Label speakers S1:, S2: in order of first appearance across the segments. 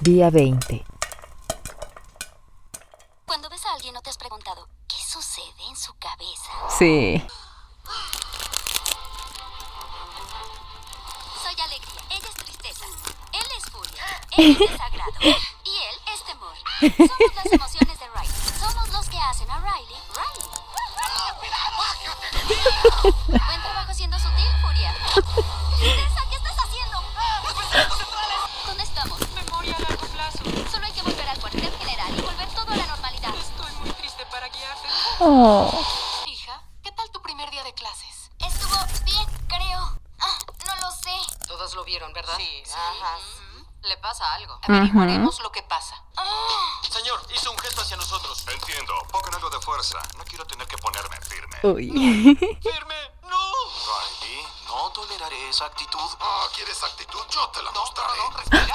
S1: Día 20.
S2: Cuando ves a alguien no te has preguntado, ¿qué sucede en su cabeza?
S1: Sí.
S2: Soy alegría, ella es tristeza, él es furia, él es desagrado y él es temor. Somos las emociones de Riley, somos los que hacen a Riley Riley. Buen trabajo siendo sutil, furia. Tristeza, ¿qué estás haciendo? ¿Dónde estamos?
S3: Memoria a largo plazo.
S2: Solo hay que volver al cuartel general y volver todo a la normalidad.
S3: Estoy muy triste para guiarte. Hija, ¿qué tal tu primer día de clases?
S2: Estuvo bien, creo. Ah, no lo sé.
S3: Todos lo vieron, ¿verdad? Sí.
S4: Ajá.
S3: Le pasa algo. Averiguaremos lo que pasa.
S5: Señor, hizo un gesto hacia nosotros.
S6: Entiendo, pongan algo de fuerza. No quiero tener que ponerme firme.
S1: Uy.
S5: ¡Firme! ¡No!
S6: Riley, no toleraré esa actitud. Ah, ¿quieres actitud? Yo te la mostraré.
S3: respira.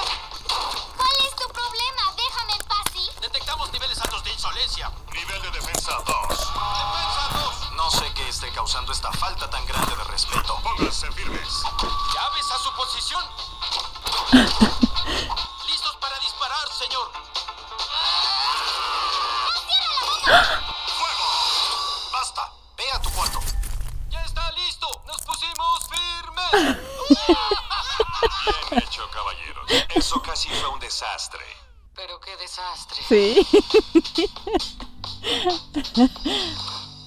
S2: ¿Cuál es tu problema? Déjame en paz, ¿sí?
S5: Detectamos niveles altos de insolencia.
S6: Nivel de defensa 2.
S5: ¡Defensa
S6: No sé qué esté causando esta falta tan grande de respeto. Pónganse firmes.
S5: 2! ¡Llaves a su posición! ¡Listos para disparar, señor!
S6: ¡Fuego! ¡Basta! Ah, Ve a tu cuarto.
S5: ¡Ya está listo! ¡Nos pusimos firmes!
S6: Bien hecho, caballeros. Eso casi fue un desastre.
S3: Pero qué desastre.
S1: Sí.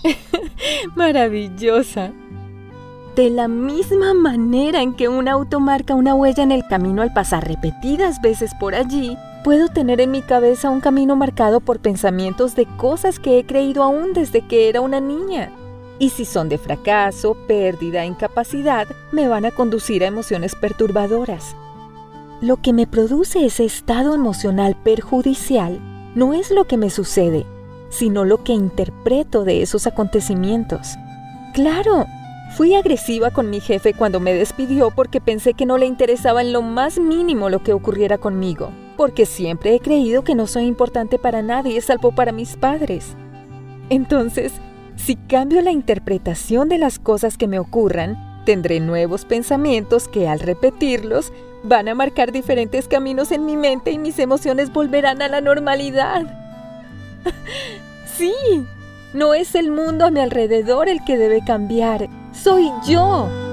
S1: Maravillosa. De la misma manera en que un auto marca una huella en el camino al pasar repetidas veces por allí, puedo tener en mi cabeza un camino marcado por pensamientos de cosas que he creído aún desde que era una niña. Y si son de fracaso, pérdida, incapacidad, me van a conducir a emociones perturbadoras. Lo que me produce ese estado emocional perjudicial no es lo que me sucede, sino lo que interpreto de esos acontecimientos. Claro, fui agresiva con mi jefe cuando me despidió porque pensé que no le interesaba en lo más mínimo lo que ocurriera conmigo, porque siempre he creído que no soy importante para nadie salvo para mis padres. Entonces, si cambio la interpretación de las cosas que me ocurran, tendré nuevos pensamientos que al repetirlos van a marcar diferentes caminos en mi mente y mis emociones volverán a la normalidad. sí, no es el mundo a mi alrededor el que debe cambiar, soy yo.